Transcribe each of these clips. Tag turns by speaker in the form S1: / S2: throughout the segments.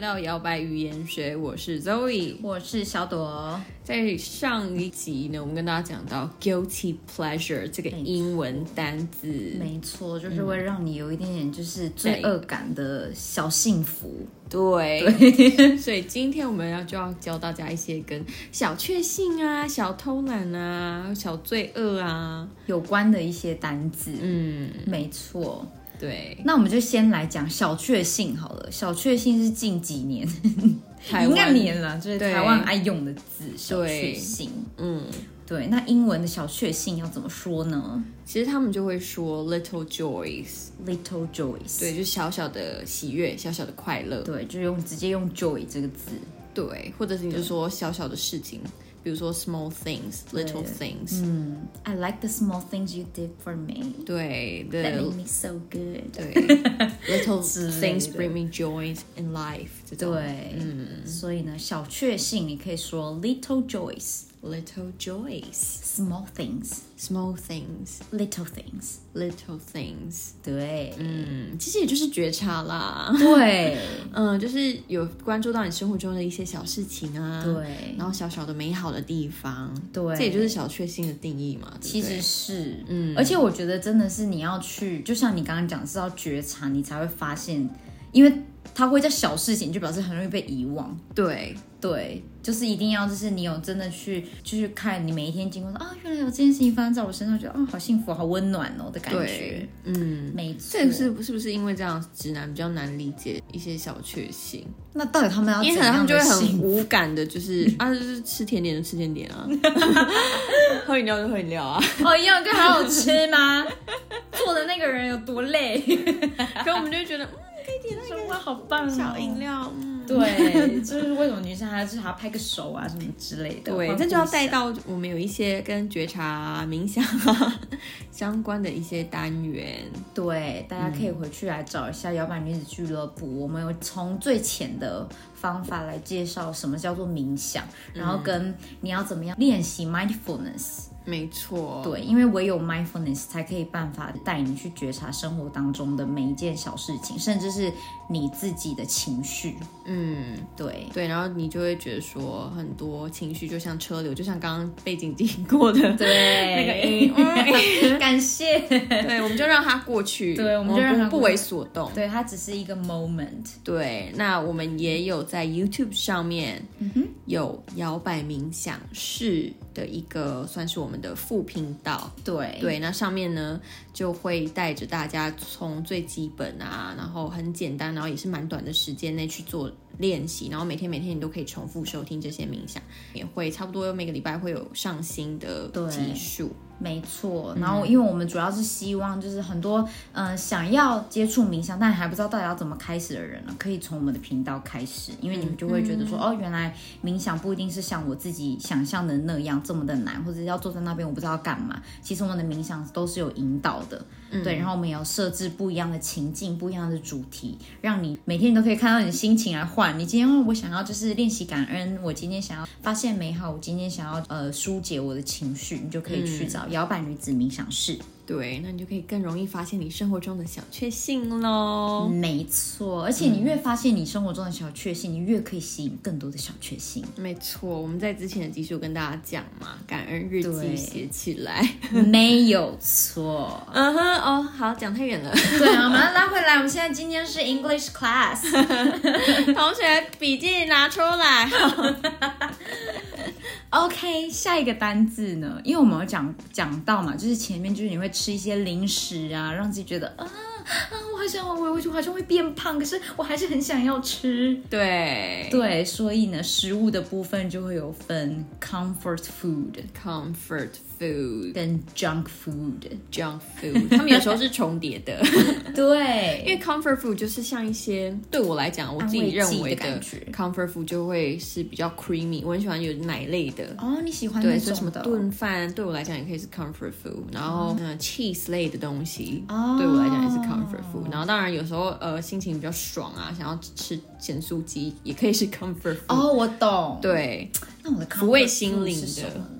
S1: 到摇摆语言学，我是 Zoe。
S2: 我是小朵，
S1: 在上一集呢，我们跟大家讲到 guilty pleasure 这个
S2: 没错
S1: 英文单字，
S2: 没错，就是会让你有一点点就是罪恶感的小幸福。
S1: 对， 所以今天我们要就要教大家一些跟小确幸啊、小偷懒啊、小罪恶啊，
S2: 有关的一些单字，
S1: 嗯，
S2: 没错。
S1: 对，
S2: 那我们就先来讲小确幸好了。小确幸是近几年，
S1: 台
S2: 应该
S1: 湾，
S2: 年了，就是
S1: 对
S2: 台湾爱用的字，小确幸。
S1: 嗯，
S2: 对，那英文的小确幸要怎么说呢
S1: 其实他们就会说 little joys，
S2: ？Little joys。
S1: 对，就小小的喜悦、小小的快乐，
S2: 对，就用直接用 joy 这个字。
S1: 对，或者是你就说小小的事情，比如说 small things, little
S2: 对
S1: things，
S2: 嗯，I like the small things you did for me
S1: 对
S2: that
S1: ，the
S2: made me so good。
S1: 对 little
S2: 之
S1: things
S2: 类的
S1: bring me joy in life，这种
S2: 对，嗯，所以呢，小确幸你可以说 little joys,
S1: little joys,
S2: small things,
S1: small things,
S2: little things。
S1: little things，
S2: 对，
S1: 嗯，其实也就是觉察啦，
S2: 对，
S1: 嗯，就是有关注到你生活中的一些小事情啊，，
S2: 对，
S1: 然后小小的美好的地方，
S2: 对
S1: 这也就是小确幸的定义嘛，对不
S2: 其
S1: 对
S2: 实是，
S1: 嗯
S2: 而且我觉得真的是你要去，就像你刚刚讲，是要觉察，你才会发现，因为它会在小事情，就表示很容易被遗忘。
S1: 对，
S2: 对，就是一定要，就是你有真的去，就是看你每一天经过，说啊，原来有这件事情发生在我身上，觉得啊，好幸福，好温暖哦的感觉
S1: 对。，嗯。
S2: 没错，
S1: 这个是不是不是因为这样直男比较难理解一些小确幸？
S2: 那到底他们要
S1: 因为
S2: 怎
S1: 可能他
S2: 样
S1: 们就会
S2: 的
S1: 很
S2: 幸
S1: 无感的，就是 啊，就是吃甜点就吃甜点 啊，喝饮料就喝饮料啊。
S2: 哦，一样就好好吃吗？ 做的那个人有多累？
S1: 可我们就会觉得嗯
S2: 说哇，好棒、哦！
S1: 小饮。料，嗯，
S2: 对，就是为什么女生还要就是还要拍个手啊什么之类的。
S1: 对，
S2: 欢呼
S1: 这就要
S2: 一下
S1: 带到我们有一些跟觉察啊、 冥想啊相关的一些单元。
S2: 对，大家可以回去来找一下摇摆女子俱乐部，我们有从最浅的方法来介绍什么叫做冥想，
S1: 嗯
S2: 然后跟你要怎么样练习 mindfulness。
S1: 没错，
S2: 对，因为唯有 mindfulness 才可以办法带你去觉察生活当中的每一件小事情，甚至是你自己的情绪。
S1: 嗯，
S2: 对，
S1: 对，然后你就会觉得说，很多情绪就像车流，就像刚刚背景经过的，
S2: 对，那个感谢。
S1: 对，我们就让它过去，
S2: 对我们
S1: 们
S2: 就让它
S1: 不不
S2: 过去
S1: 为所动。
S2: 对，它只是一个 moment。
S1: 对，那我们也有在 YouTube 上面有摇摆冥想室的一个算是我们的副频道。
S2: 对，
S1: 对，那上面呢就会带着大家从最基本啊，然后很简单，然后也是蛮短的时间内去做练习，然后每天每天你都可以重复收听这些冥想，也会差不多每个礼拜会有上新的
S2: 对
S1: 集数。
S2: 没错。然后，因为我们主要是希望，就是很多嗯、呃想要接触冥想，但还不知道到底要怎么开始的人呢，可以从我们的频道开始，因为你们就会觉得说，哦，原来冥想不一定是像我自己想象的那样这么的难，或者要坐在那边我不知道要干嘛。其实我们的冥想都是有引导的，对。然后我们也有设置不一样的情境、不一样的主题，让你每天你都可以看到你的心情来换。你今天、哦、我想要就是练习感恩，我今天想要发现美好，我今天想要呃疏解我的情绪，你就可以去找摇摆女子冥想室。
S1: 对，那你就可以更容易发现你生活中的小确幸喽。
S2: 没错，而且你越发现你生活中的小确幸，你越可以吸引更多的小确幸。
S1: 没错，我们在之前的集数跟大家讲嘛，感恩日记
S2: 对
S1: 写起来。
S2: 没有错。
S1: 嗯哼，哦，好，讲太远了。
S2: 对啊，我们要拉回来。我们现在今天是 English class。
S1: 同学，笔记拿出来。
S2: OK，下一个单字呢？因为我们有讲讲到嘛，就是前面就是你会吃一些零食啊，让自己觉得啊啊，我好像我我我好像会变胖，可是我还是很想要吃。
S1: 对
S2: 对，所以呢，食物的部分就会有分 comfort food
S1: ，comfort food、
S2: 跟 junk food。
S1: junk food，他们有时候是重叠的，
S2: 对，
S1: 因为 comfort food 就是像一些对我来讲，我自己认为的 comfort food 就会是比较 creamy，我很喜欢有奶类的。
S2: 哦，你喜欢
S1: 对，
S2: 那
S1: 所以什么
S2: 种的哦？
S1: 炖饭对我来讲也可以是 comfort food，然后嗯、呃 cheese 类的东西、
S2: 哦
S1: 对我来讲也是 comfort food，然后当然有时候呃心情比较爽啊，想要吃咸酥鸡也可以是 comfort food，、
S2: 哦，我懂。，
S1: 对，
S2: 那我的
S1: 抚慰
S2: comfort
S1: 心
S2: food
S1: 灵
S2: 是
S1: 的嗯
S2: 什么呢？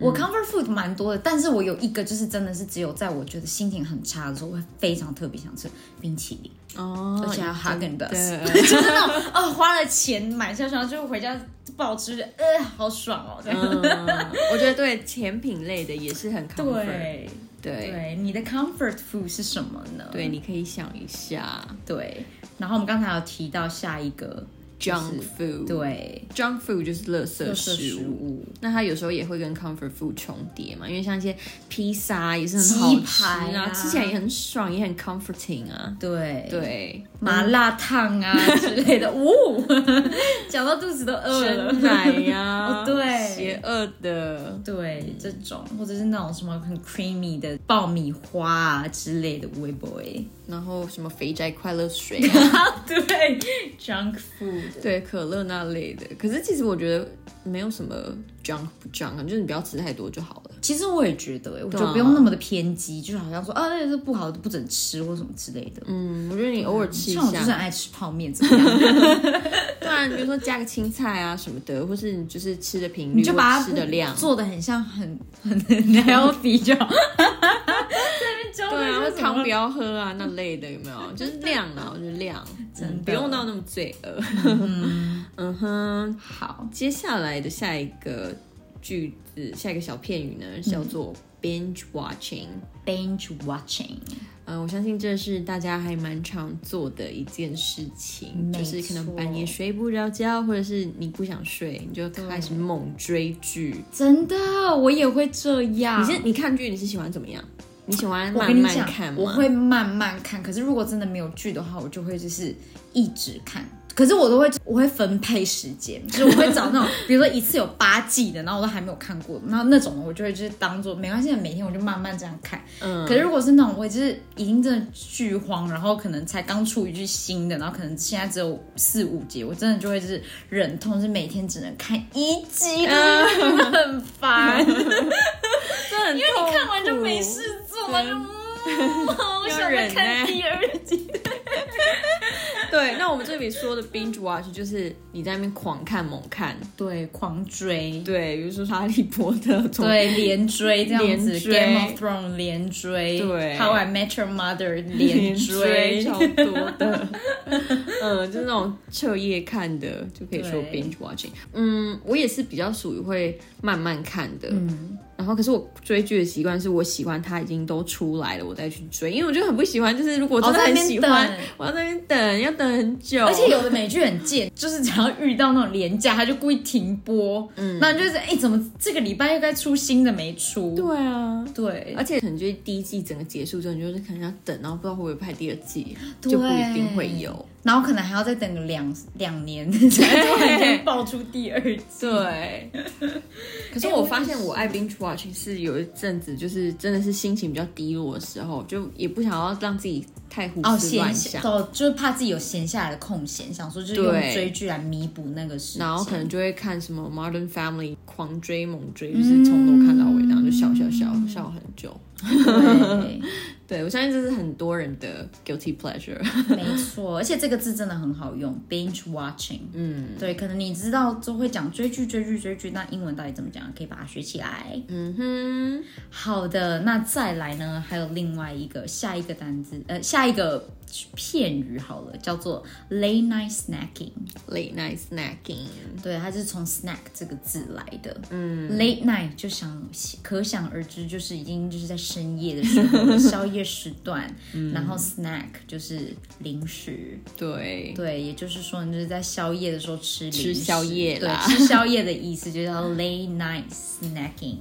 S2: 我 comfort food 蛮多的，但是我有一个就是真的是只有在我觉得心情很差的时候，我会非常特别想吃冰 淇淋，
S1: 哦，
S2: 而且还有哈根达斯，
S1: 真的
S2: 就是那种哦花了钱买下去，然后就回家不好吃，就呃好爽哦这样。
S1: 嗯，我觉得对甜品类的也是很嗯 comfort，
S2: 对
S1: 对嗯
S2: 对，你的 comfort food 是什么呢？
S1: 对，你可以想一下
S2: 对，然后我们刚才有提到下一个，
S1: junk food，
S2: 对，
S1: ，junk food 就是垃圾
S2: 特色
S1: 食
S2: 食
S1: 物。
S2: 物，
S1: 那它有时候也会跟 comfort food 重叠嘛，因为像一些披萨啊也是
S2: 鸡
S1: 很好吃
S2: 排
S1: 啊，
S2: 啊
S1: 吃起来也很爽，也很 comforting 啊。
S2: 对，
S1: 对，
S2: 麻辣烫啊之类的，呜、 讲到肚子都饿了。
S1: 真奶呀、
S2: 哦对
S1: 邪恶的，
S2: 对，这种或者是那种什么很 creamy 的爆米花啊之类的 微博，
S1: 然后什么肥宅快乐水、啊，
S2: 对，junk food，
S1: 对，可乐那类的。可是其实我觉得没有什么 junk 不 junk，啊就是你不要吃太多就好了。
S2: 其实我也觉得、欸，我
S1: 对
S2: 就
S1: 啊
S2: 不用那么的偏激，就是好像说啊，这不好的不准吃或什么之类的。
S1: 嗯，我觉得你偶尔吃一
S2: 像我就是很
S1: 下，
S2: 爱吃泡面，怎么样？
S1: 当然比如说加个青菜啊什么的，或是你就是吃的频率，
S2: 你就把
S1: 或
S2: 它
S1: 吃的量，
S2: 做的很像很 很很 healthy 就好。
S1: 对
S2: 对
S1: 啊，或汤不要喝啊那类的，有没有？就是量啊，我觉得量，
S2: 真的
S1: 嗯不用到那么罪 恶。 嗯哼，
S2: 好，
S1: 接下来的下一个句子，下一个小片语呢，叫做
S2: 嗯
S1: binge watching。
S2: binge watching，
S1: 嗯，我相信这是大家还蛮常做的一件事情，
S2: 没
S1: 就是可能
S2: 错
S1: 半夜睡不着觉，或者是你不想睡，你就开始猛追剧。
S2: 真的，我也会这样。
S1: 你是你看剧，你是喜欢怎么样？你喜欢
S2: 我
S1: 慢
S2: 跟你
S1: 慢
S2: 讲
S1: 看，吗？
S2: 我会慢慢看。可是如果真的没有剧的话，我就会就是一直看。可是我都会，我会分配时间， 就是我会找那种，比如说一次有八季的，然后我都还没有看过，然后那种我就会就是当做没关系的，每天我就慢慢这样看。
S1: 嗯
S2: 可是如果是那种我已经已经真的剧荒，然后可能才刚出一句新的，然后可能现在只有四五集，我真的就会就是忍痛，是每天只能看一集，
S1: 嗯
S2: 很烦，
S1: 这很因为你
S2: 看完就没事做了，就嗯，我想再看第二集。
S1: 对，那我们这里说的 binge watch 就是你在那边狂看猛看，
S2: 对，狂追，
S1: 对，比如说《哈利波特》从，
S2: 对，连追这样子
S1: 连追
S2: ，Game of Thrones 连追，
S1: 对
S2: ，How I Met Your Mother
S1: 连
S2: 连
S1: 追
S2: 追，
S1: 超多的， 嗯，就是那种彻夜看的，就可以说
S2: 对
S1: binge watching。嗯，我也是比较属于会慢慢看的，
S2: 嗯，
S1: 然后可是我追剧的习惯是我喜欢它已经都出来了，我再去追，因为我就很不喜欢，就是如果我真的
S2: 哦在
S1: 很
S2: 哦那边
S1: 喜欢，
S2: 等
S1: 我要在那边等，要等很久，
S2: 而且有的美剧很 贱，就是只要遇到那种廉价，他就故意停播。嗯，那就是哎、怎么这个礼拜又该出新的没出？
S1: 对啊，
S2: 对
S1: 而且可能就是第一季整个结束之后，你就是可能要等，然后不知道会不会拍第二季，
S2: 对
S1: 就不一定会有。
S2: 然后可能还要再等个两两年， 才突然间爆出第二季。
S1: 对， 可是我发现我爱 binge watching 是有一阵子，就是真的是心情比较低落的时候，就也不想要让自己太胡
S2: 哦，
S1: 思乱
S2: 闲
S1: 想，
S2: 哦，就是怕自己有闲下来的空闲，想说就是用
S1: 对
S2: 追剧来弥补那个时间。
S1: 然后可能就会看什么 Modern Family 狂追猛追，就是从头看到尾，然后就笑笑笑笑很久。
S2: 嗯对，
S1: 对我相信这是很多人的 guilty pleasure。
S2: 没错，而且这个字真的很好用，binge watching。嗯，对，可能你知道就会讲追剧、追剧、追剧，那英文到底怎么讲？可以把它学起来。
S1: 嗯哼，
S2: 好的，那再来呢？还有另外一个下一个单字，呃，下一个片语好了，叫做 late night snacking。
S1: late night snacking。
S2: 对，它是从 snack 这个字来的。嗯，late night 就想可想而知，就是已经就是在深夜的时候，宵夜时 段。
S1: 嗯
S2: 然后 snack 就是零食。
S1: 对，
S2: 对，也就是说，你就是在宵夜的时候吃零
S1: 吃
S2: 食
S1: 宵夜
S2: 对
S1: 啦，
S2: 吃宵夜的意思就叫 late night snacking。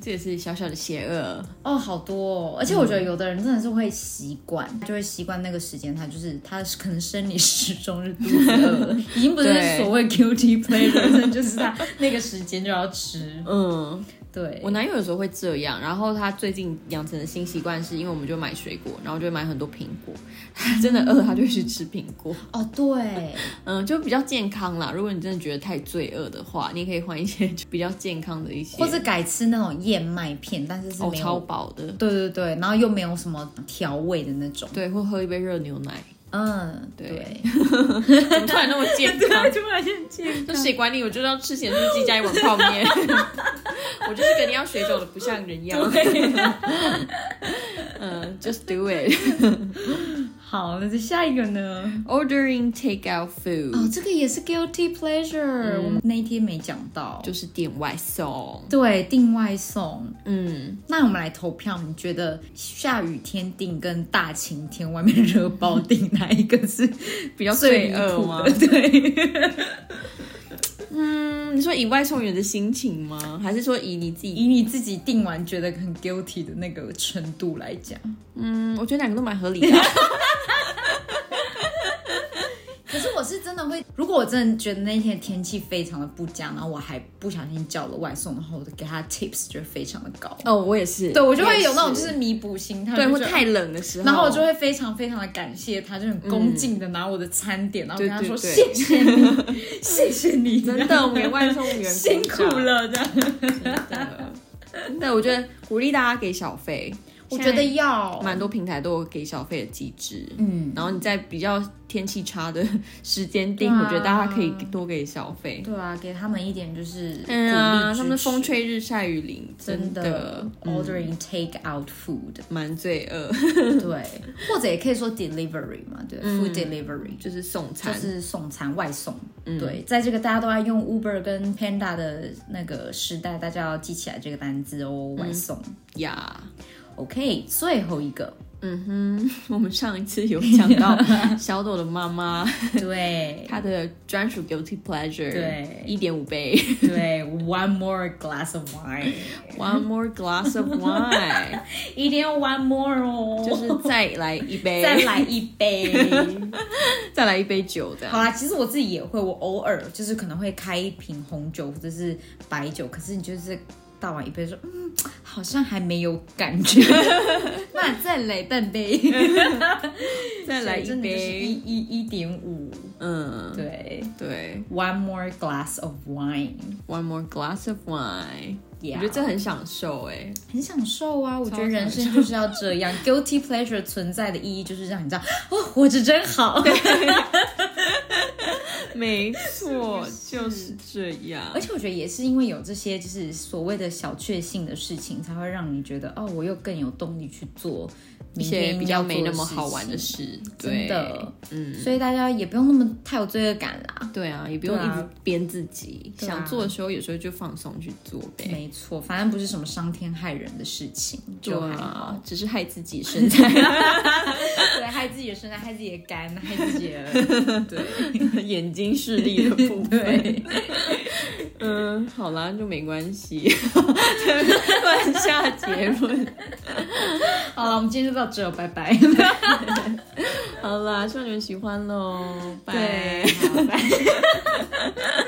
S1: 这也是小小的邪恶。
S2: 哦，好多、哦，而且我觉得有的人真的是会习惯，就会习惯那个时间，他就是他可能生理时钟是肚子饿了，已经不是
S1: 对
S2: 所谓 guilty pleasure，真的就是他那个时间就要吃。
S1: 嗯，
S2: 对
S1: 我，男友有时候会这样，然后他最近养成的新习惯是因为我们就买水果，然后就会买很多苹果， 真的饿他就会去吃苹果。
S2: 哦对，
S1: 嗯，就比较健康啦。如果你真的觉得太罪恶的话，你也可以换一些比较健康的一些，
S2: 或者改吃那种燕麦片，但是是
S1: 哦
S2: 没有，
S1: 超饱的，
S2: 对对对，然后又没有什么调味的那种。
S1: 对，或喝一杯热牛奶。
S2: 嗯，
S1: 对
S2: 对，
S1: 怎么突然那么健康？
S2: 突然间
S1: 那谁管你？我就是要吃咸酥鸡加一碗泡面， 我就是跟你要学走的不像人样。 嗯，just do it.
S2: 好，那就下一个呢？
S1: Ordering takeout food、
S2: 哦，这个也是 guilty pleasure，、我们那一天没讲到。
S1: 就是点外送。
S2: 对，订外送。
S1: 嗯，
S2: 那我们来投票，你觉得下雨天订跟大晴天外面热爆订哪一个是 比较最
S1: 罪
S2: 离
S1: 恶
S2: 谱
S1: 吗
S2: 的？ 对，
S1: 嗯，你说以外送员的心情吗？还是说以你自己？
S2: 以你自己订完觉得很 guilty 的那个程度来讲，
S1: 嗯，我觉得两个都蛮合理的。啊
S2: 可是我是真的会，如果我真的觉得那天天气非常的不佳，然后我还不小心叫了外送的话，我的给他 tips 就非常的高。
S1: 哦，我也是。
S2: 对，我就会有那
S1: 我
S2: 种
S1: 也
S2: 就是弥补心态，
S1: 对，
S2: 我
S1: 或
S2: 就觉得
S1: 太冷的时候，
S2: 然后我就会非常非常的感谢他，就很恭敬的拿我的餐点，然后跟他说
S1: 对
S2: 谢
S1: 对
S2: 谢你，谢谢你，
S1: 真的，我们给外送 员
S2: 辛苦
S1: 鼓掌。
S2: 了这样。
S1: 真的，我觉得鼓励大家给小费，
S2: 我觉得
S1: 现
S2: 要
S1: 在，蛮多平台都有给小费的机制。
S2: 哦嗯，
S1: 然后你在比较天气差的时间定，
S2: 对啊
S1: 我觉得大家可以多给小费。
S2: 对啊，给他们一点就是鼓励
S1: 嗯啊，他们
S2: 支持
S1: 风吹日晒雨淋，
S2: 真
S1: 的嗯
S2: 的嗯 ordering take out food，
S1: 蛮罪恶，
S2: 对，或者也可以说 delivery 嘛，对，food delivery
S1: 就是送
S2: 就
S1: 嗯餐。嗯
S2: 是送餐外送。对，在这个大家都在用 Uber 跟 Panda 的那个时代，大家要记起来这个单字哦，外送。
S1: 呀
S2: OK，最后一个，
S1: 我们上一次有讲 到小朵的妈妈，
S2: 对
S1: 她的专属 guilty pleasure，
S2: 对
S1: 一点五 倍
S2: 对，one more glass of wine，
S1: ，one more glass of wine，
S2: 一定要 one more 哦，
S1: 就是再来一杯，
S2: 再来一杯。
S1: 再来一杯酒这样。
S2: 好啦，其实我自己也会，我偶尔就是可能会开一瓶红酒或者是白酒，可是你就是。倒完一杯说，嗯，好像还没有感 觉，那再来半 杯，
S1: 再来一
S2: 真的就是一
S1: 杯，
S2: 一一点五，
S1: 嗯，
S2: 对
S1: 对
S2: ，one more glass of wine，
S1: ，one more glass of wine，我
S2: Yeah
S1: 觉得这很享受 哎，
S2: 很享受啊！我觉
S1: 超
S2: 得
S1: 享
S2: 人生就是要这样，guilty pleasure 存在的意义就是让你知道，哦，活着真 好。
S1: 没错，就是这样
S2: 而。且我觉得也是因为有这些就是所谓的小确幸的事情，才会让你觉得，哦，我又更有动力去做
S1: 一
S2: 明
S1: 些
S2: 天
S1: 比
S2: 要
S1: 较
S2: 做
S1: 没那么好玩的
S2: 事
S1: 事，
S2: 情，
S1: 对
S2: 真的，
S1: 嗯，
S2: 所以大家也不用那么太有罪恶感啦。
S1: 对啊，也不用
S2: 对
S1: 一
S2: 啊
S1: 直鞭自己，
S2: 对啊
S1: 想做的时候有时候就放松去做呗。
S2: 没错，反正不是什么伤天害人的事情，
S1: 对
S2: 就还好。
S1: 啊，只是害自己身材、
S2: 对，害自己的身材，害自己的肝，害自己的对
S1: 眼睛视力的 部分。
S2: 对，
S1: 嗯，好啦，就没关系， 乱下结论。
S2: 好了，我们今天就到这，拜拜。
S1: 好啦，希望你们喜欢喽，拜。
S2: 对，好拜。